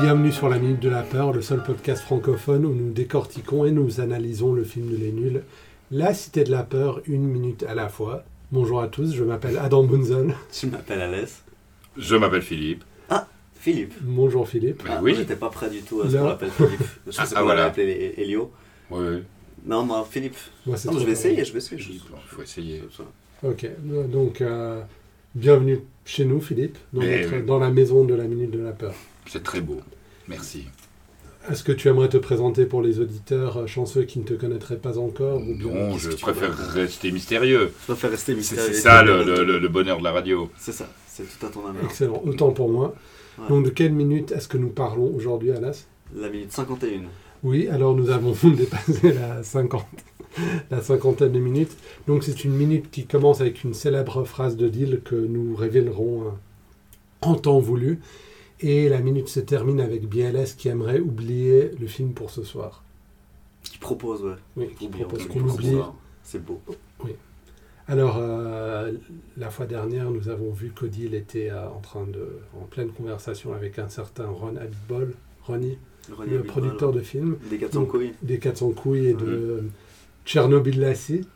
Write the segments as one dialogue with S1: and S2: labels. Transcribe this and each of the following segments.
S1: Bienvenue sur la Minute de la Peur, le seul podcast francophone où nous décortiquons et nous analysons le film de Les Nuls, La Cité de la Peur, une minute à la fois. Bonjour à tous, je m'appelle Adam Bunzon.
S2: Je m'appelle Alès.
S3: Je m'appelle Philippe.
S2: Philippe.
S1: Bonjour Philippe.
S3: Ben
S2: Ah,
S3: oui.
S2: J'étais pas prêt du tout à ce
S1: Non.
S2: qu'on l'appelle Philippe. Je pensais
S3: Ah,
S2: qu'on
S3: voilà.
S2: l'avait appelé Elio.
S3: Oui,
S2: Non, moi, Philippe.
S1: Moi, c'est
S2: Non, je
S1: trop
S2: vais
S1: tard.
S2: essayer, je vais essayer.
S3: il faut essayer.
S1: Ok, donc euh, bienvenue chez nous Philippe, dans,
S3: Mais
S1: notre-
S3: Eh oui.
S1: dans la maison de la Minute de la Peur.
S3: C'est très beau. Merci.
S1: Est-ce que tu aimerais te présenter pour les auditeurs euh, chanceux qui ne te connaîtraient pas encore ou bien-
S3: Non,
S2: Oh, qu'est-ce
S3: je
S2: que tu
S3: préfère
S2: veux
S3: rester mystérieux.
S2: Je préfère rester
S3: C'est
S2: mystérieux.
S3: c'est ça le, le- le- le bonheur de la radio.
S2: C'est ça, c'est tout à ton honneur.
S1: Excellent, autant pour moi.
S3: Ah.
S2: Ouais.
S1: Donc de quelle minute est-ce que nous parlons aujourd'hui Alas
S2: La minute 51.
S1: Oui, alors nous avons dépassé la, 50, la cinquantaine de minutes. Donc c'est une minute qui commence avec une célèbre phrase de Lille que nous révélerons euh, en temps voulu. Et la minute se termine avec BLS qui aimerait oublier le film pour ce soir.
S2: Qui propose, ouais.
S1: Oui, qui
S2: Oublions,
S1: propose
S2: oui,
S1: qu'on
S2: pour
S1: oublie.
S2: ce soir. C'est beau.
S1: Alors, euh, la fois dernière, nous avons vu qu'Odile était euh, en train de, en pleine conversation avec un certain Ron Abitbol, Ronnie, le producteur de film.
S2: Des 400 couilles.
S1: des 400 couilles et de euh, Tchernobyl Lassie.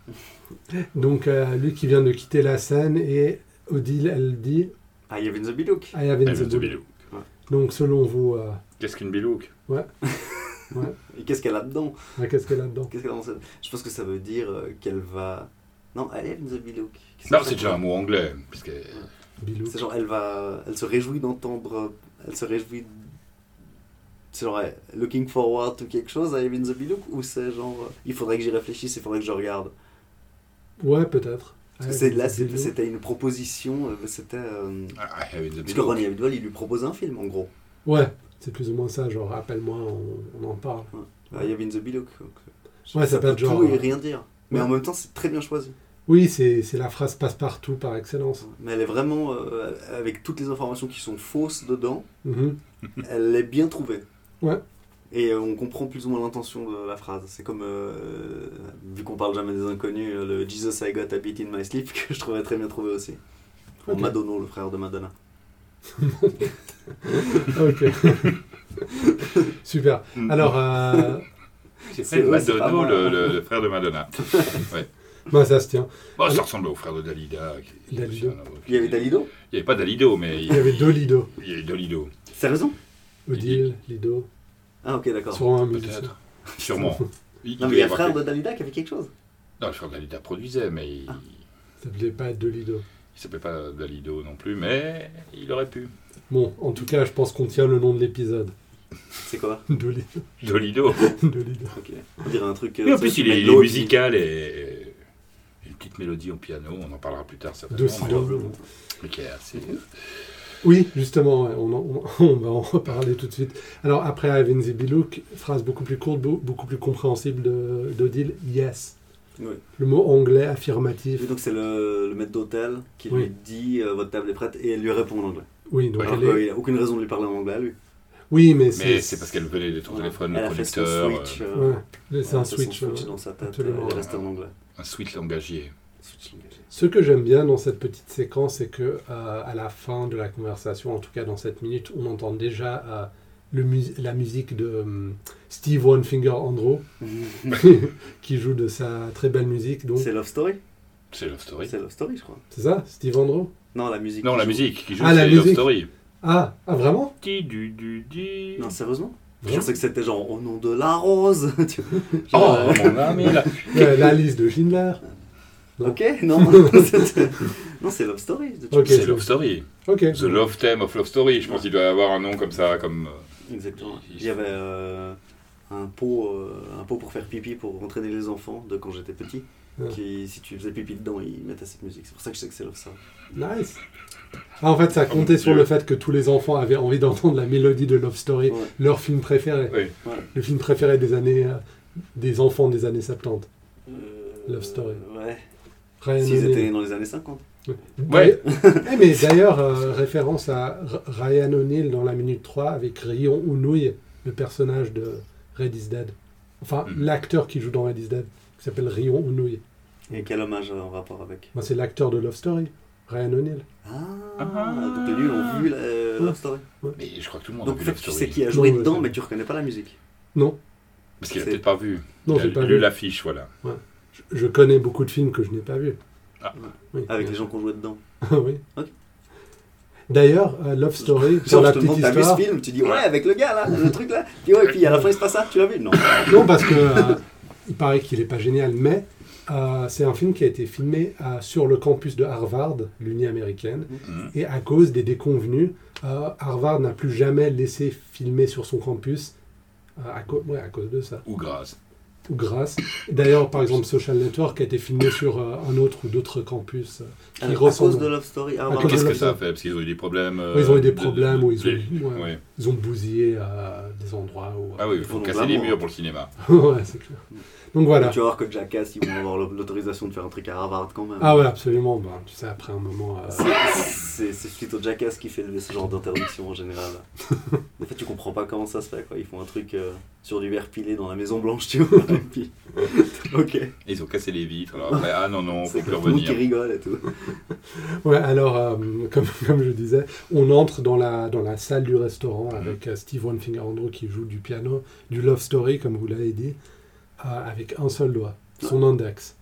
S1: Donc euh, lui qui vient de quitter la scène et Odile, elle dit
S2: Ah, il y avait une Zabilouk.
S1: I have in the
S3: Aime the
S1: book.
S3: bilouk.
S1: Donc selon vous, euh,
S3: Qu'est-ce qu'une bilouk
S2: Et qu'est-ce qu'elle a dedans
S1: ouais, hein, qu'est-ce qu'elle a dedans
S2: Qu'est-ce qu'elle a dans cette- Je pense que ça veut dire euh, qu'elle va. Non, elle est une Zabilouk. Qu'est-ce
S3: Non,
S2: que ça
S3: c'est déjà un mot anglais. Parce que
S1: Bilou
S2: C'est genre, elle va. Elle se réjouit d'entendre. euh, Elle se réjouit. C'est genre, euh, looking forward to quelque chose à Even the Bilouk Ou c'est genre. euh, Il faudrait que j'y réfléchisse, il faudrait que je regarde.
S1: Ouais, peut-être.
S2: Parce que
S1: I have
S2: c'est-
S1: in
S2: là,
S1: the
S2: c'est-
S1: Bilou.
S2: c'était une proposition. euh, C'était. euh,
S3: I have it the
S2: Parce que
S3: bilouk.
S2: Ronnie Abitbol, il lui propose un film en gros.
S1: Ouais, c'est plus ou moins ça, genre appelle-moi, on, on en parle.
S2: Ah, Il y avait une The Bilouk. donc, euh,
S1: Ouais, ça peut être
S2: peut
S1: genre,
S2: tout et
S1: ouais.
S2: rien dire. Mais
S1: Ouais.
S2: en même temps, c'est très bien choisi.
S1: Oui, c'est c'est la phrase passe-partout par excellence.
S2: Mais elle est vraiment. euh, avec toutes les informations qui sont fausses dedans,
S1: Mhm.
S2: elle est bien trouvée.
S1: Ouais.
S2: Et euh, on comprend plus ou moins l'intention de la phrase. C'est comme, euh, vu qu'on parle jamais des inconnus, euh, le Jesus I got a beat in my sleep que je trouvais très bien trouvé aussi. En
S1: Ok.
S2: Madonna, le frère de Madonna.
S1: Ok. Super.
S3: Mm.
S1: Alors, euh,
S3: C'est
S2: eux, c'est pas
S3: Madonna,
S2: moi. hein.
S3: le, le- le frère de Madonna.
S1: ben, ça se tient.
S3: Bon, ça ressemble au frère de Dalida. qui-
S1: Dalido.
S2: Il y avait Dalido
S3: Il n'y avait pas Dalido, mais
S1: Il y avait deux Lido.
S3: il y avait Dolido.
S2: C'est raison
S1: Odile, Lido,
S2: Ah ok, d'accord.
S1: sur un musicien.
S3: Peut-être. Sûrement.
S2: Non, mais il y a le frère de Dalida qui a fait quelque chose.
S3: Non, le frère de Dalida produisait, mais il
S2: Ah.
S3: ne
S1: Ça devait pas être de Lido.
S3: s'appelait pas Dalido non plus, mais il aurait pu.
S1: Bon, en tout cas, je pense qu'on tient le nom de l'épisode.
S2: C'est quoi
S1: De Lido.
S3: Dolido.
S1: De Lido.
S2: Ok. On dirait un truc. euh,
S3: Oui, en
S2: tu
S3: plus,
S2: sais,
S3: il
S2: tu
S3: est,
S2: mets de
S3: il est
S2: l'eau,
S3: musical et et une petite mélodie au piano. On en parlera plus tard, certainement.
S1: De
S2: tu-
S1: Sido.
S2: Probablement.
S3: Mais qui est assez-
S1: Oui, justement, ouais, on, en- on- on va en reparler tout de suite. Alors, après Ivan Zibilouk, phrase beaucoup plus courte, beau- beaucoup plus compréhensible de- d'Odile, yes.
S2: Oui.
S1: Le mot anglais
S2: Et
S1: affirmatif.
S2: donc c'est le, le maître d'hôtel qui
S1: Oui.
S2: lui dit euh, votre table est prête et elle lui répond en anglais.
S1: Ah Oui, donc
S3: Ouais.
S2: Alors
S1: elle est-
S2: qu'il a aucune raison de lui parler en anglais à lui.
S1: oui mais
S3: Mais
S1: c'est.
S3: c'est parce qu'elle venait d'être au téléphone,
S2: Ah, elle
S3: le
S2: a fait son
S3: producteur,
S2: switch.
S3: euh,
S2: euh,
S1: Ouais, c'est
S2: ouais,
S1: un
S2: fait son
S1: switch. ouais.
S2: dans sa tête.
S1: absolument.
S2: euh, Elle est restée en anglais.
S3: un suite langagier.
S2: Switch engagé.
S1: Ce que j'aime bien dans cette petite séquence, c'est que euh, à la fin de la conversation, en tout cas dans cette minute, on entend déjà euh, le mus- la musique de hum, Steve One Finger Andro, qui joue de sa très belle musique. Donc,
S2: C'est Love Story
S3: C'est Love Story.
S2: C'est Love Story, je crois.
S1: c'est ça, Steve Andro
S2: Non, la musique.
S3: Non,
S2: qui
S3: la
S2: joue.
S3: musique qui joue,
S1: Ah, la
S3: c'est Love
S1: musique.
S3: Story.
S1: Ah, ah vraiment
S3: Ti, du, du, di.
S2: Non, sérieusement Je
S1: Ouais.
S2: pensais que c'était genre au nom de la rose. tu vois.
S3: Oh,
S2: Genre, euh,
S3: mon âme est là.
S1: Euh, La liste de Schindler. non.
S2: euh, Ok, non. C'était- non, c'est Love Story. de-
S1: Ok.
S3: C'est Love Story.
S1: Ok.
S3: The Love Theme of Love Story. Je pense qu'il doit avoir un nom comme ça, comme... euh,
S2: Exactement. Il y avait euh, un, pot, euh, un pot pour faire pipi pour entraîner les enfants de quand j'étais petit.
S1: Ouais.
S2: Qui, si tu faisais pipi dedans, ils mettaient cette musique. C'est pour ça que je sais que c'est Love Story.
S1: Nice. Ah, en fait, ça comptait
S3: Oh,
S1: sur
S3: Dieu.
S1: le fait que tous les enfants avaient envie d'entendre la mélodie de Love Story,
S2: Ouais.
S1: leur film préféré.
S3: Oui.
S2: Ouais.
S1: Le film préféré des années, euh, des enfants des années 70.
S2: Euh,
S1: Love Story.
S2: Ouais.
S1: Ryan
S2: S'ils
S1: O'Neill.
S2: étaient nés dans les années 50.
S3: Ouais.
S1: Eh, mais d'ailleurs, euh, référence à R- Ryan O'Neill dans la minute 3 avec Rion Unouye, le personnage de Red is Dead. Enfin,
S3: Mm.
S1: l'acteur qui joue dans Red is Dead, qui s'appelle Rion Unouye.
S2: Et quel hommage euh, en rapport avec
S1: Moi, c'est l'acteur de Love Story. Ryan O'Neill.
S2: Ah,
S3: Ah.
S2: donc les nuls ont vu la, Love Story.
S3: Mais je crois que tout le monde
S2: Donc
S3: a
S2: en
S3: vu
S2: fait,
S3: Love
S2: tu
S3: Story.
S2: sais qui a joué
S1: Ouais, ouais,
S2: dedans,
S1: ouais.
S2: mais tu reconnais pas la musique.
S1: Non,
S3: Parce qu'il a
S2: c'est-
S3: peut-être pas vu.
S1: non,
S3: il a
S1: j'ai pas
S3: lu
S1: vu.
S3: l'affiche, voilà.
S1: Je- Je connais beaucoup de films que je n'ai pas vus.
S3: Ah.
S1: Oui.
S2: Avec les gens qui ont joué dedans.
S1: Ah oui.
S2: Ok.
S1: D'ailleurs, euh, Love Story, pour
S2: Genre,
S1: la
S2: je te
S1: petite
S2: demande, t'as vu ce
S1: histoire.
S2: film Tu dis, ouais, avec le gars là, le truc là. Puis ouais, puis à la fin, il se passe ça, tu l'as vu Non.
S1: Non, parce que euh, il paraît qu'il n'est pas génial, mais euh, c'est un film qui a été filmé euh, sur le campus de Harvard, l'Uni américaine,
S3: Mhm.
S1: et à cause des déconvenus, euh, Harvard n'a plus jamais laissé filmer sur son campus. euh, à, cau- ouais, à cause de ça,
S3: Ou grâce.
S1: ou grâce. D'ailleurs, par exemple, Social Network a été filmé sur euh, un autre ou d'autres campus. euh, qui
S2: À
S1: ressemble-
S2: cause de Love Story. Ah,
S1: À
S2: voilà.
S1: cause
S3: Qu'est-ce
S1: de
S3: que
S1: Love
S3: ça a
S1: Story.
S3: fait Parce qu'ils ont eu des problèmes. euh,
S1: Ils ont eu des
S3: de-
S1: problèmes où ils ont,
S3: de-
S1: ouais,
S3: ouais.
S1: ils ont bousillé euh, des endroits. Où,
S3: Ah oui, il
S2: Ils
S3: faut
S2: font
S3: casser les
S2: vraiment.
S3: murs pour le cinéma.
S1: ouais, c'est clair. Donc voilà.
S2: Tu vas voir que Jackass, ils vont avoir l'autorisation de faire un truc à Harvard quand même.
S1: Ah ouais, absolument. Ben, tu sais, après un moment. euh,
S2: C'est- C'est c'est plutôt Jackass qui fait ce genre d'interdiction en général. En fait, tu comprends pas comment ça se fait quoi. Ils font un truc euh, sur du verre pilé dans la Maison Blanche, tu vois. Et puis, ok.
S3: Et Ils ont cassé les vitres. Alors après, ah non, non,
S2: C'est
S3: faut
S2: tout
S3: plus
S2: le monde qui
S3: revenir.
S2: rigole et tout.
S1: Ouais, alors, euh, comme, comme je disais, on entre dans la, dans la salle du
S3: Mhm.
S1: restaurant avec euh, Steve One Finger Andrew qui joue du piano, du Love Story, comme vous l'avez dit, euh, avec un seul doigt,
S3: Ah.
S1: son index.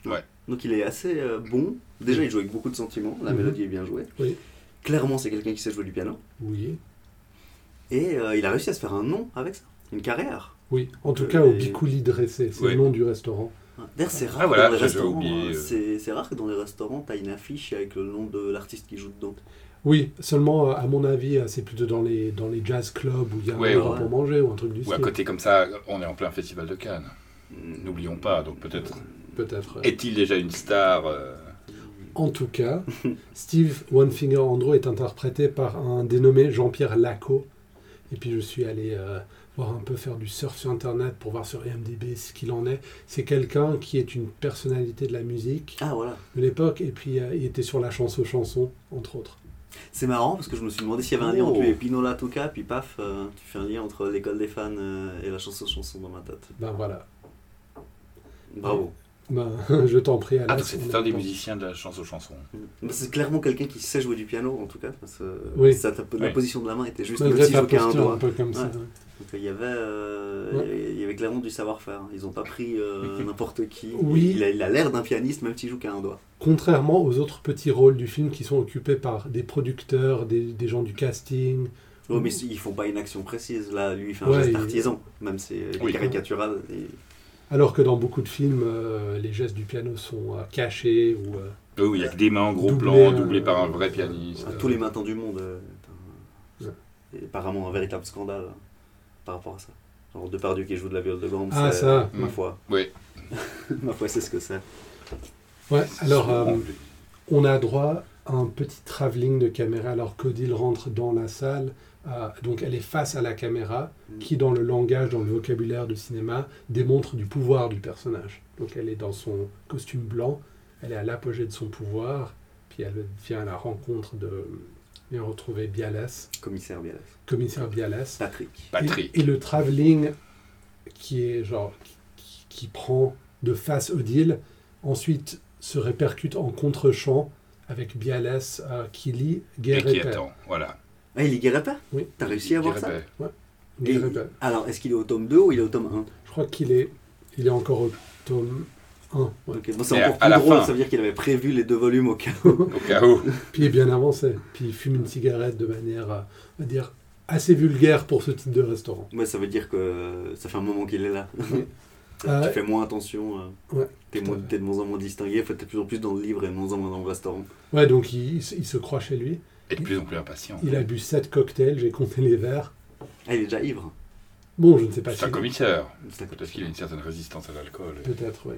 S2: Donc il est assez euh, bon. Déjà, il joue avec beaucoup de sentiments. La
S1: Mhm.
S2: mélodie est bien jouée.
S1: Oui.
S2: Clairement, c'est quelqu'un qui sait jouer du piano.
S1: Oui.
S2: Et euh, il a réussi à se faire un nom avec ça. Une carrière.
S1: Oui, en tout
S2: Euh,
S1: cas, au
S2: et-
S1: Bicouli dressé, c'est
S3: Oui.
S1: le nom du restaurant.
S2: Ouais. D'ailleurs, c'est rare,
S3: Ah, voilà,
S2: dans les
S3: j'avais
S2: restaurants,
S3: oublié,
S2: euh,
S3: euh.
S2: c'est- c'est rare que dans les restaurants, t'as une affiche avec le nom de l'artiste qui joue dedans.
S1: Oui, seulement, euh, à mon avis, euh, c'est plutôt dans les, dans les jazz clubs où il y a
S3: Ouais,
S1: un endroit
S2: ouais.
S1: pour manger ou un truc du
S3: Ou à
S1: style.
S3: côté comme ça, on est en plein festival de Cannes.
S1: Hmm.
S2: Mm.
S3: N'oublions pas, donc peut-être.
S1: Peut-être.
S3: Est-il déjà une star euh,
S1: En tout cas, Steve One Finger Andro est interprété par un dénommé Jean-Pierre Lacot. Et puis je suis allé euh, voir un peu faire du surf sur Internet pour voir sur IMDb ce qu'il en est. C'est quelqu'un qui est une personnalité de la musique
S2: Ah voilà.
S1: de l'époque. Et puis euh, il était sur la chanson chanson, entre autres.
S2: C'est marrant parce que je me suis demandé s'il y avait un lien
S3: Oh.
S2: entre les Pinola Toca, puis paf, euh, tu fais un lien entre l'école des fans euh, et la chanson chanson dans ma tête.
S1: Ben voilà.
S2: Bravo.
S1: Ben, je t'en prie, Alex.
S3: Ah, donc
S1: on
S3: c'était un des
S1: attend.
S3: musiciens de la chanson chanson.
S2: Bah, C'est clairement quelqu'un qui sait jouer du piano en tout cas. Parce, que
S1: Oui.
S2: ça, ta- la
S3: Oui.
S2: position de la main était juste comme
S1: Malgré
S2: si je
S1: ta
S2: jouais un
S1: posture
S2: doigt.
S1: un peu comme ça. hein.
S2: Ouais. Donc, il y avait, euh,
S1: Ouais.
S2: il y avait- il y avait clairement du savoir-faire. Ils n'ont pas pris euh, n'importe qui.
S1: Oui.
S2: Il a- il a l'air d'un pianiste même s'il joue qu'à un doigt.
S1: Contrairement aux autres petits rôles du film qui sont occupés par des producteurs, des, des gens du casting,
S2: Ouais, Oh, mais ils font pas une action précise. Là, lui, il fait un
S1: Mm. Ouais,
S2: geste
S1: il-
S2: artisan, même si euh, il est
S3: Oui.
S2: caricatural. et-
S1: Alors que dans beaucoup de films, euh, les gestes du piano sont euh, cachés ou euh,
S3: Oui, oui, avec des mains en gros
S1: Doublé,
S3: plan,
S1: euh,
S3: doublé par un vrai pianiste.
S2: à tous les matins du monde. euh, est un-
S1: Ouais.
S2: est apparemment un véritable scandale hein, par rapport à ça. Genre Depardieu qui joue de la viole de gambe,
S1: Ah,
S2: c'est- euh,
S1: ça.
S2: ma
S3: Mm.
S2: foi.
S3: Oui.
S2: ma foi, c'est ce que c'est.
S1: Ouais. Alors,
S3: Souvent,
S1: euh,
S3: en plus.
S1: on a droit à un petit travelling de caméra alors qu'Odile rentre dans la salle. euh, donc, elle est face à la caméra
S2: Mm.
S1: qui, dans le langage, dans le vocabulaire de cinéma, démontre du pouvoir du personnage. Donc, elle est dans son costume blanc, elle est à l'apogée de son pouvoir, puis elle vient à la rencontre de. Bien retrouver Bialas,
S2: Mm. Commissaire Bialas.
S1: commissaire Bialas.
S2: Patrick.
S3: Patrick.
S1: Et, et le travelling qui est genre qui, qui prend de face Odile, ensuite se répercute en contre-champ avec Bialas euh, qui lit
S3: Et
S1: Guerre
S3: qui
S1: et paix.
S3: attend, voilà.
S2: Ah, il y guérait pas
S1: Oui.
S2: T'as réussi à voir
S3: Il
S2: ça
S3: répète.
S1: Guerre
S2: Et-
S1: et paix.
S2: Alors, est-ce qu'il est au tome 2 ou il est au tome 1
S1: Je crois qu'il est, il est encore au tome 1. ouais.
S2: Ok, bon, C'est
S3: Mais
S2: encore
S3: à- à
S2: plus
S3: la
S2: drôle,
S3: fin.
S2: ça veut dire qu'il avait prévu les deux volumes au cas où.
S3: Au cas où.
S1: Puis il est bien avancé. Puis il fume une cigarette de manière, euh, on va dire, assez vulgaire pour ce type de restaurant.
S2: Ouais, ça veut dire que euh, ça fait un moment qu'il est là.
S1: Euh,
S2: tu fais moins attention. euh,
S1: Ouais,
S2: T'es
S1: tout à
S2: moins- t'es de moins en moins distingué, faut être de plus en plus dans le livre et de moins en moins dans le restaurant.
S1: ouais, donc il, il se- il se croit chez lui.
S3: Et de plus en plus impatient.
S1: Il a bu 7 cocktails, j'ai compté les verres.
S2: Ah, il est déjà ivre.
S1: Bon, je ne sais pas
S3: C'est un
S1: si-
S3: commissaire.
S2: C'est d'accord.
S3: Peut-être qu'il a une certaine résistance à l'alcool.
S1: Peut-être, oui.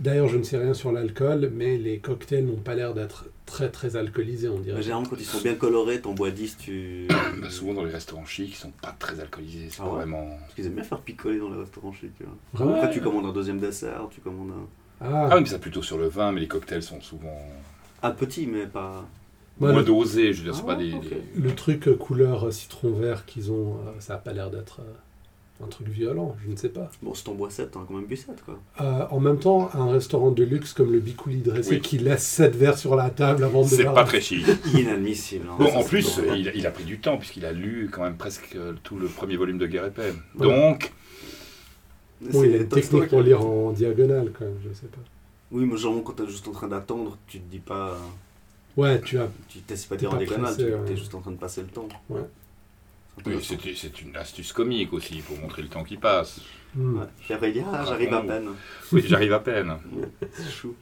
S1: D'ailleurs, je ne sais rien sur l'alcool, mais les cocktails n'ont pas l'air d'être très très alcoolisés, on
S2: Bah,
S1: dirait.
S2: Généralement, quand ils sont bien colorés, t'en bois 10, tu.
S3: Bah, Souvent dans les restaurants chics, ils sont pas très alcoolisés. C'est
S2: Ah
S3: pas
S2: ouais
S3: vraiment.
S2: Parce qu'ils aiment bien faire picoler dans les restaurants chez tu vois.
S1: Vraiment
S2: Après, tu commandes un deuxième dessert, tu commandes un.
S1: Ah,
S3: Ah oui, mais ça plutôt sur le vin, mais les cocktails sont souvent
S2: Ah, petit, mais pas.
S1: moi,
S3: moins
S1: Bah, le,
S3: dosés. Je veux dire, c'est
S2: Ah
S3: pas
S2: ouais,
S3: des.
S2: ok.
S3: des-
S1: le truc euh, couleur euh, citron vert qu'ils ont, euh, ça n'a pas l'air d'être euh, Un truc violent, je ne sais pas.
S2: Bon, c'est ton bois 7, t'en as quand même bu 7, quoi.
S1: Euh, en même temps, un restaurant de luxe comme le Bicouli dressé
S3: Oui.
S1: qui laisse sept verres sur la table avant de
S3: C'est
S1: faire-
S3: pas très chic.
S2: Inadmissible. hein,
S3: Bon,
S2: ça,
S3: en
S2: c'est
S3: plus, euh,
S2: bon.
S3: il, il a pris du temps, puisqu'il a lu quand même presque euh, tout le premier volume de Guerre et Paix.
S1: Voilà.
S3: Donc,
S1: Oui,
S2: C'est
S1: il y a une
S2: Tolstoy
S1: technique
S2: qui-
S1: pour lire en diagonale, quand même, je sais pas.
S2: Oui, mais genre, quand t'es juste en train d'attendre, tu te dis pas.
S1: Ouais, tu as.
S2: Tu t'essayes pas de
S1: T'es
S2: dire en
S1: pas
S2: diagonale,
S1: pressé,
S2: tu-
S1: ouais.
S2: t'es juste en train de passer le temps.
S1: Ouais.
S2: C'est
S3: oui,
S2: intéressant.
S3: c'est c'est une astuce comique aussi, pour montrer le temps qui passe.
S1: Hmm.
S2: Ouais. Puis après, il dit, ah, j'arrive à
S3: Ouais.
S2: peine.
S3: Oui, j'arrive à peine.
S2: C'est chou.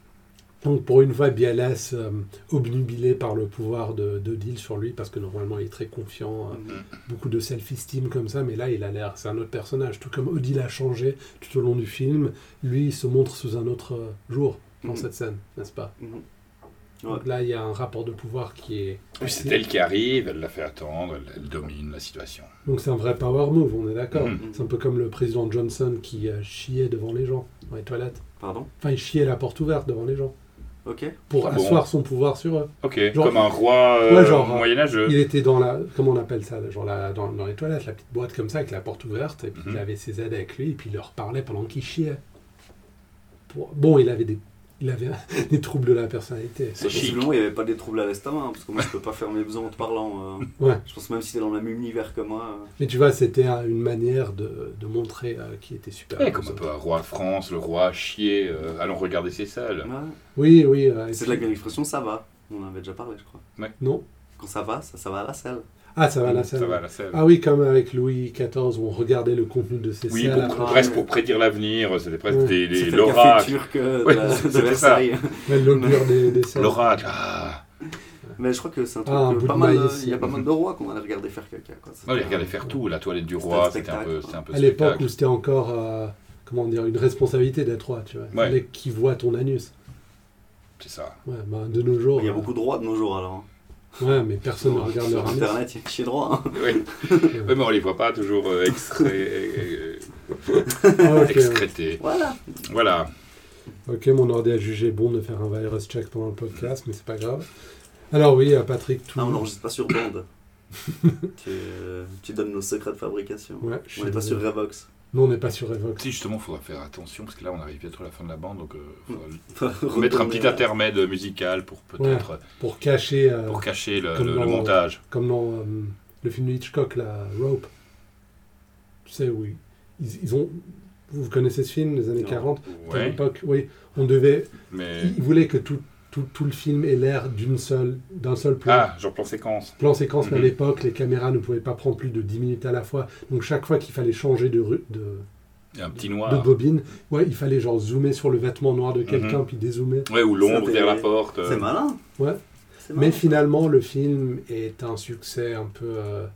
S1: Donc, pour une fois, Bialas, euh, obnubilé par le pouvoir de, de Deal sur lui, parce que normalement, il est très confiant, euh,
S2: Mm.
S1: beaucoup de self-esteem comme ça, mais là, il a l'air. C'est un autre personnage. Tout comme Odile a changé tout au long du film, lui, il se montre sous un autre euh, jour dans
S2: Mhm.
S1: cette scène, n'est-ce pas
S2: Mhm.
S1: Donc là, il y a un rapport de pouvoir qui est.
S3: Oui, c'est elle qui arrive, elle la fait attendre, elle, elle domine la situation.
S1: Donc, c'est un vrai power move, on est d'accord
S2: Mm.
S3: Mhm.
S1: C'est un peu comme le président Johnson qui euh, chiait devant les gens dans les toilettes.
S2: Pardon
S1: Enfin, il chiait la porte ouverte devant les gens
S2: Ok.
S1: pour
S3: Ah bon
S1: asseoir son pouvoir sur eux.
S3: Ok,
S1: Genre-
S3: comme un roi euh,
S1: Ouais, genre, euh,
S3: moyenâgeux.
S1: Il était dans la, comment on appelle ça, genre la- dans, dans les toilettes, la petite boîte comme ça avec la porte ouverte, et puis il
S3: Mhm.
S1: avait ses aides avec lui, et puis il leur parlait pendant qu'il chiait. Pour- Bon, il avait des, il avait des troubles de la personnalité.
S3: C'est chic.
S2: Possiblement, Bah, il n'y avait pas des troubles à l'estomac, hein, parce que moi, je peux pas faire mes besoins en te parlant. euh.
S1: Ouais.
S2: Je pense même si t'es dans le même univers que moi. euh,
S1: Mais tu vois, c'était euh, une manière de, de montrer euh, qu'il était super.
S3: Ouais, Eh, comme un peu un roi de France, le roi chier, euh, allons regarder ses salles.
S2: ouais.
S1: Oui, oui. euh, et
S2: C'est de
S1: puis-
S2: la expression, ça va. On en avait déjà parlé, je crois.
S1: Non
S2: Quand ça va, ça, ça va à la selle.
S1: Ah, ça va la
S3: Mm, Ça
S1: salle.
S3: va, la selle.
S1: Ah oui, comme avec Louis XIV, où on regardait le contenu de Ah, ses
S3: oui,
S1: salles.
S3: pour,
S1: après.
S2: la-
S3: presque pour prédire l'avenir, c'était presque
S1: Ouais.
S3: des- des-
S2: C'était le café
S3: l'oracle.
S2: turc euh, de,
S3: Ouais,
S2: la- de
S3: c'était ça.
S2: Versailles.
S1: Ouais, L'augure des, des salles.
S3: L'oracle, ah
S2: Mais je crois que c'est un truc
S1: Ah, un
S2: que
S1: bout
S2: pas
S1: de
S2: mal.
S1: maille
S2: euh,
S1: ici.
S2: Il y a pas mal de rois qu'on allait regarder faire caca. Quoi. C'était-
S3: Non, il regardait faire tout, la toilette du
S2: C'était
S3: roi,
S2: un
S3: c'était un peu,
S2: spectacle.
S3: c'était un peu
S1: À l'époque
S3: spectacle.
S1: où c'était encore, euh, comment dire, une responsabilité d'être roi, tu vois. Il
S3: Ouais.
S1: fallait Qui voit ton anus.
S3: C'est ça.
S1: Ouais, ben, de nos jours.
S2: Il y a
S1: euh,
S2: beaucoup de rois de nos jours alors. hein.
S1: Ouais, mais personne ne
S2: Sur-
S1: regarde
S2: Sur
S1: leur anus.
S2: internet, il y a chez droit. hein.
S3: Oui, Ouais, mais on les voit pas toujours euh, extra- euh,
S1: Ah, ok, ouais.
S3: excrétés.
S2: Voilà.
S3: Voilà.
S1: Ok, mon ordi a jugé bon de faire un virus check pendant le podcast, mais c'est pas grave. Alors oui, euh, Patrick, tout.
S2: Ah, on n'enregistre pas sur bande. tu, euh, tu donnes nos secrets de fabrication.
S1: Ouais, je
S2: On
S1: suis
S2: n'est pas sur
S1: désolé.
S2: Revox.
S1: Non, on n'est pas sur Evox.
S3: Si justement, il faudra faire attention, parce que là, on arrive bientôt à la fin de la bande, donc euh, faudra mettre un
S2: Mm. Retourner
S3: petit
S2: là.
S3: intermède musical pour peut-être
S1: Pour cacher, euh,
S3: pour cacher le,
S1: Comme
S3: le- le
S1: dans-
S3: montage.
S1: comme dans euh, le film de Hitchcock, la Rope. Tu sais, oui. Ils, ils ont... Vous connaissez ce film, les années
S2: Non.
S1: 40 À
S3: Ouais,
S1: l'époque, oui. On devait...
S3: mais
S1: Il voulait que tout, tout, tout le film ait l'air d'une seule, d'un seul plan.
S3: ah, genre plan séquence.
S1: Plan séquence, mais à
S3: Mhm.
S1: l'époque, les caméras ne pouvaient pas prendre plus de 10 minutes à la fois. Donc chaque fois qu'il fallait changer de, ru- de,
S3: Et Un petit
S1: de
S3: noir.
S1: bobine, ouais, il fallait genre zoomer sur le vêtement noir de
S2: Mhm.
S1: quelqu'un, puis dézoomer.
S3: Ouais, ou l'ombre
S2: C'était-
S3: vers la porte. euh,
S2: C'est malin.
S1: Ouais.
S2: C'est malin.
S1: Mais finalement, le film est un succès un peu... euh,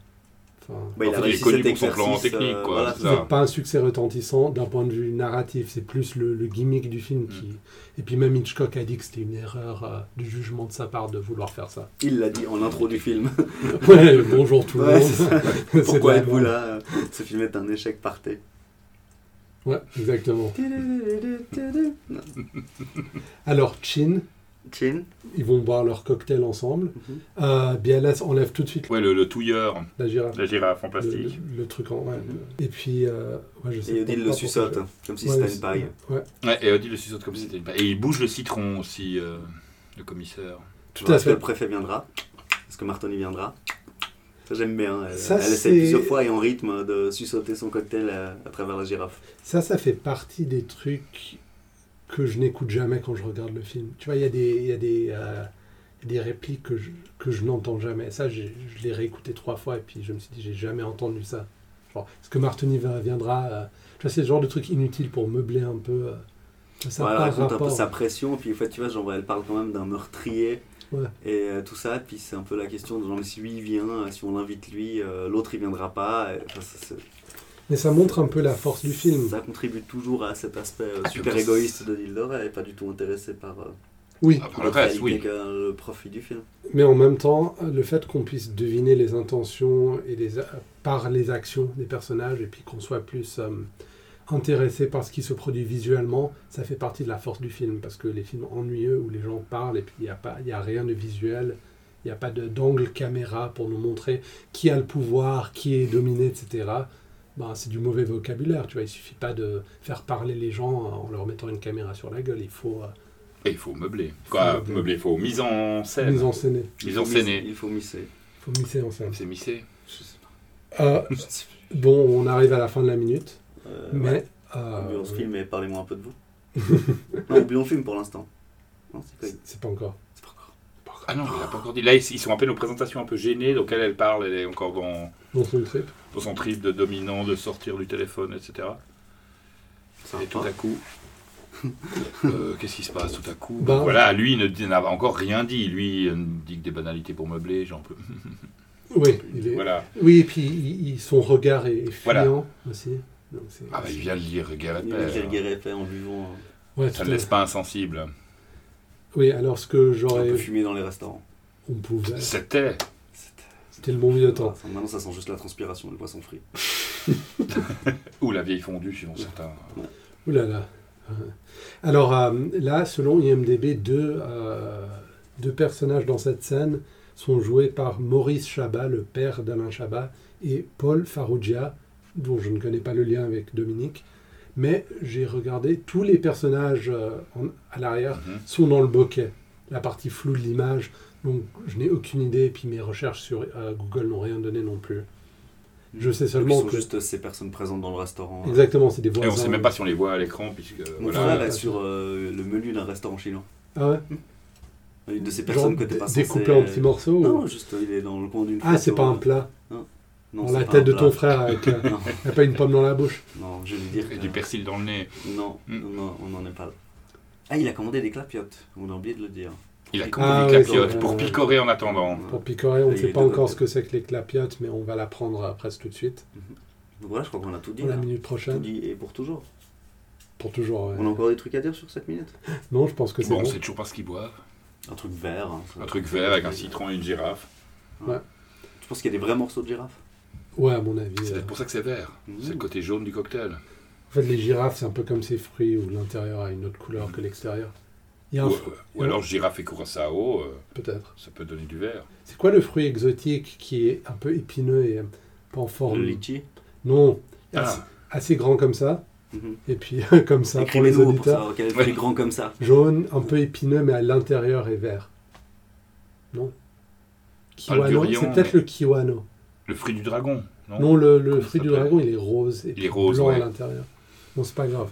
S1: enfin,
S2: Bah, il
S3: En
S2: a
S3: fait, il est
S2: réussi
S3: connu
S2: cet
S3: pour son plan
S2: exercice,
S3: technique,
S2: euh,
S3: quoi,
S2: voilà,
S3: c'est
S2: c'est
S1: C'est
S3: ça.
S1: pas un succès retentissant d'un point de vue narratif, c'est plus le, le gimmick du film qui.
S2: Mhm.
S1: Et puis même Hitchcock a dit que c'était une erreur euh, du jugement de sa part de vouloir faire ça.
S2: Il l'a dit en intro du film.
S1: Ouais, bonjour tout le
S2: Ouais, c'est
S1: monde.
S2: ça.
S1: C'est
S2: Pourquoi
S1: de la
S2: êtes-vous
S1: merde.
S2: là Ce film est un échec, partez.
S1: Ouais, exactement. Alors Chin,
S2: Chin.
S1: ils vont boire leur cocktail ensemble.
S2: Mhm.
S1: Euh, Bialas enlève tout de suite
S3: Ouais, le, le touilleur,
S1: la girafe.
S3: la girafe en
S1: Le,
S3: plastique.
S1: le- le truc en. ouais.
S2: Mhm.
S1: Et puis, euh, ouais, je sais
S2: Et
S1: pas
S2: Odile le
S1: pourquoi
S2: suçote,
S1: je-
S2: hein, comme si
S1: Ouais,
S2: c'était
S1: c'est-
S2: une paille.
S1: ouais.
S3: Ouais, et Odile le suçote comme si c'était une paille. Et il bouge le citron aussi, euh, le commissaire.
S1: Tout
S2: Genre,
S1: à
S2: Est-ce que
S1: fait.
S2: le préfet viendra Est-ce que Martoni viendra Ça, j'aime bien. Elle,
S1: Ça,
S2: elle essaie
S1: c'est-
S2: plusieurs fois et en rythme de suçoter son cocktail à, à travers la girafe.
S1: Ça, ça fait partie des trucs que je n'écoute jamais quand je regarde le film. Tu vois, il y a des, il y a des, euh, il y a des répliques que je, que je n'entends jamais. Ça, j'ai- je l'ai réécouté trois fois et puis je me suis dit, j'ai jamais entendu ça. Genre, est-ce que Martini va- viendra euh, Tu vois, c'est le genre de truc inutile pour meubler un peu. euh, ça
S2: Ouais,
S1: n'a
S2: elle
S1: pas de
S2: raconte un peu
S1: rapport.
S2: sa pression, puis en fait, tu vois, genre, elle parle quand même d'un meurtrier
S1: Ouais.
S2: et euh, tout ça, puis c'est un peu la question de genre, mais si lui il vient, euh, si on l'invite lui, euh, l'autre il viendra pas. et, enfin, ça, c'est-
S1: Mais ça montre un peu la force du film.
S2: Ça contribue toujours à cet aspect euh,
S3: Ah,
S2: super
S3: puis-
S2: égoïste de Dildora et pas du tout intéressé par euh,
S1: Oui,
S3: Ah, par le
S2: l'autre
S3: reste,
S2: réalité
S3: oui.
S2: que le profit du film.
S1: mais en même temps, le fait qu'on puisse deviner les intentions et les, a- par les actions des personnages et puis qu'on soit plus euh, intéressé par ce qui se produit visuellement, ça fait partie de la force du film parce que les films ennuyeux où les gens parlent et puis il n'y a, pas- il y a rien de visuel, il n'y a pas de- d'angle caméra pour nous montrer qui a le pouvoir, qui est dominé, etc. ben, c'est du mauvais vocabulaire, tu vois. Il suffit pas de faire parler les gens en leur mettant une caméra sur la gueule. Il faut euh,
S3: Et il faut meubler. Quoi,
S1: meubler.
S3: meubler, il faut mise en scène.
S1: mise en scène.
S3: Mise en
S2: Il faut mis-
S3: scène.
S2: Il faut misser.
S1: Il faut misser en scène.
S3: C'est missé.
S2: Je sais pas.
S1: Euh,
S2: Je sais plus.
S1: bon, on arrive à la fin de la minute,
S2: Euh,
S1: mais
S2: ouais.
S1: euh,
S2: Oublions ce film et parlez-moi un peu de vous. non, oublions le film pour l'instant. Non, c'est quoi
S1: c'est c'est pas encore.
S2: C'est pas encore.
S3: Ah non, il a pas encore dit. Là, ils ils sont à peine aux présentations un peu gênés. Donc elle, elle parle, elle est encore dans,
S1: Dans son trip.
S3: dans son trip de dominant, de sortir du téléphone, etc.
S2: Ça
S3: Et tout
S2: va
S3: à coup. euh, Qu'est-ce qui se passe tout à coup
S1: Bah.
S3: Voilà, lui il ne dit- n'a encore rien dit. Lui, il ne dit que des banalités pour meubler, j'en peux. plus.
S1: Oui, il est-
S3: Voilà.
S1: oui, et puis il- il- son regard est, est
S3: Voilà.
S1: fuyant aussi. Donc, c'est-
S3: Ah bah, il vient de lire
S2: pas.
S3: Guérépère.
S2: Il a quel guerre épais en buvant. euh,
S1: Ouais,
S3: Ça
S1: tout
S3: ne
S1: à-
S3: laisse pas insensible.
S1: Oui, alors ce que
S2: On
S1: j'aurais.
S2: peut fumer dans les restaurants.
S1: On pouvait.
S3: C'était.
S2: C'était-
S1: C'était le bon vieux temps.
S2: Voilà, ça- Maintenant, ça sent juste la transpiration, le poisson frit.
S3: Ou la vieille fondue, suivant certains.
S1: Ouh là là. Euh, Alors euh, là, selon IMDB, deux, euh, deux personnages dans cette scène sont joués par Maurice Chabat, le père d'Alain Chabat, et Paul Farrugia, dont je ne connais pas le lien avec Dominique. Mais j'ai regardé tous les personnages euh, en- à l'arrière
S3: Mhm.
S1: sont dans le bokeh, la partie floue de l'image. Donc je n'ai aucune idée, et puis mes recherches sur euh, Google n'ont rien donné non plus.
S3: Mmh.
S1: Je sais
S2: Ils
S1: seulement
S2: sont
S1: que...
S2: juste euh, ces personnes présentes dans le restaurant. euh,
S1: Exactement, c'est des
S3: Et
S1: voisins.
S3: on ne sait même pas si on les voit à l'écran, puisque. euh,
S2: On
S3: voilà.
S2: voilà, là sur euh, le menu d'un restaurant chinois.
S1: Ah ouais
S2: Une de ces personnes
S1: Genre
S2: que t'es pas censé... euh,
S1: découpé en petits morceaux ou-
S2: Non, juste euh, il est dans le coin d'une
S1: Ah, c'est
S2: photo,
S1: pas un
S2: euh,
S1: plat.
S2: non,
S1: dans
S2: c'est
S1: la
S2: pas
S1: tête
S2: un
S1: de
S2: plat.
S1: ton frère, avec, euh,
S2: Non,
S1: y a pas une pomme dans la bouche.
S2: non, je veux dire
S3: Et
S2: que-
S3: du persil dans le nez.
S2: Non,
S3: Hmm.
S2: non, non, on n'en est pas là. Ah, il a commandé des clapiotes. On a oublié de le dire.
S3: Il a
S1: Ah,
S3: commandé
S1: ouais,
S3: des
S1: c'est
S3: clapiotes
S1: vrai.
S3: pour picorer en attendant.
S1: Pour picorer, on
S2: Et
S1: ne sait
S2: les
S1: pas
S2: deux
S1: encore
S2: côtés.
S1: ce que c'est que les clapiotes, mais on va l'apprendre euh, presque tout de suite.
S2: Donc voilà, je crois qu'on a tout dit.
S1: Pour la
S2: là.
S1: minute
S2: Tout
S1: prochaine.
S2: dit et pour toujours.
S1: Pour toujours. ouais.
S2: On a encore des trucs à dire sur cette minute
S1: Non, je pense que c'est
S3: Bon,
S1: bon.
S3: c'est toujours pas ce qu'ils boivent.
S2: Un truc vert. hein, ça.
S3: Un truc vert avec un citron et une girafe.
S2: Tu penses qu'il y a des vrais morceaux de girafe
S1: Ouais, à mon avis.
S3: C'est
S1: euh,
S3: peut-être pour ça que c'est vert.
S2: Mmh.
S3: C'est le côté jaune du cocktail.
S1: En fait, les girafes, c'est un peu comme ces fruits où l'intérieur a une autre couleur que l'extérieur. Il y a un
S3: Ou, euh,
S1: fruit,
S3: ou alors girafe et curaçao, euh,
S1: peut-être.
S3: ça peut donner du vert.
S1: C'est quoi le fruit exotique qui est un peu épineux et euh, pas en forme
S2: Le
S3: Mm.
S2: litchi
S1: Non, assez,
S3: Ah,
S1: assez grand comme ça,
S2: Mhm.
S1: et puis comme ça pour les
S2: Écrivez-nous pour
S1: auditeurs.
S2: savoir quel est
S3: Ouais.
S2: plus grand comme ça.
S1: Jaune, un peu épineux, mais à l'intérieur est vert. Non
S3: Pas le
S1: Kiwano,
S3: durian,
S1: c'est peut-être
S3: mais-
S1: le kiwano.
S3: le fruit du dragon, non,
S1: Non, le, le
S3: Comment ça
S1: fruit du
S3: s'appelle
S1: dragon, il est rose et
S3: Il est rose,
S1: blanc à
S3: ouais.
S1: l'intérieur. Bon, c'est pas grave.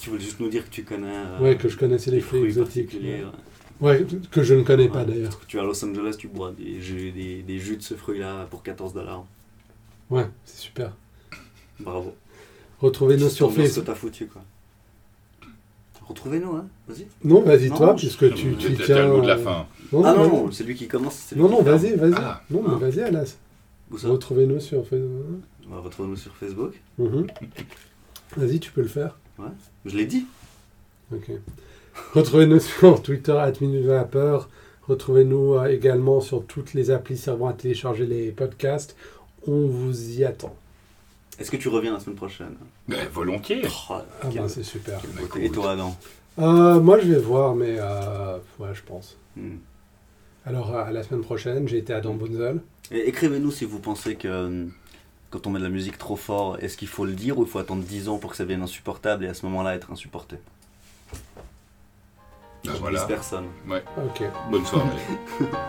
S2: Tu voulais juste nous dire que tu connais.
S3: Ah.
S2: euh,
S1: ouais, que je connaissais les
S2: des
S1: fruits exotiques.
S2: particuliers,
S3: hein.
S2: ouais.
S1: Ouais, que je ne connais pas
S2: Ouais.
S1: d'ailleurs.
S2: Tu vas à Los Angeles, tu bois des jus, des, des jus de ce fruit-là pour 14 dollars.
S1: Ouais, c'est super.
S2: Bravo.
S1: Retrouvez-nous sur
S2: Ambiance
S1: Facebook.
S2: que t'as foutu, quoi. Retrouvez-nous, hein. Vas-y.
S1: Non, vas-y,
S2: Non,
S1: toi,
S2: non,
S1: puisque tu, tu
S3: C'était
S1: tiens.
S3: le mot de la
S1: euh,
S3: fin.
S1: Non,
S2: Ah
S1: non,
S2: non, c'est lui qui commence. c'est lui
S1: non,
S2: qui
S1: non,
S2: ferme.
S1: vas-y, vas-y.
S3: Ah.
S1: non, mais
S2: Ah.
S1: vas-y, Alas.
S2: Où ça
S1: Retrouvez-nous sur Facebook.
S2: On va retrouver nous sur Facebook.
S1: Mhm. Vas-y, tu peux le faire.
S2: Je l'ai dit.
S1: Ok. Retrouvez-nous sur Twitter, at Minute de la Peur. Retrouvez-nous euh, également sur toutes les applis servant à télécharger les podcasts. On vous y attend.
S2: Est-ce que tu reviens la semaine prochaine
S3: Ben, volontiers.
S2: Oh,
S1: Ah
S2: quel-
S1: ben, c'est super.
S2: quel
S3: Bah,
S2: beauté.
S3: cool.
S2: Et toi, Adam
S1: Euh, moi, je vais voir, mais euh, ouais, je pense.
S2: Hmm.
S1: Alors, euh, à la semaine prochaine, j'ai été Adam Bunzel.
S2: Et Écrivez-nous si vous pensez que euh, quand on met de la musique trop fort, est-ce qu'il faut le dire ou il faut attendre 10 ans pour que ça devienne insupportable et à ce moment-là être insupporté
S3: Ben,
S2: Je ne
S3: voilà.
S2: personne.
S1: Ok.
S3: Bonne soirée.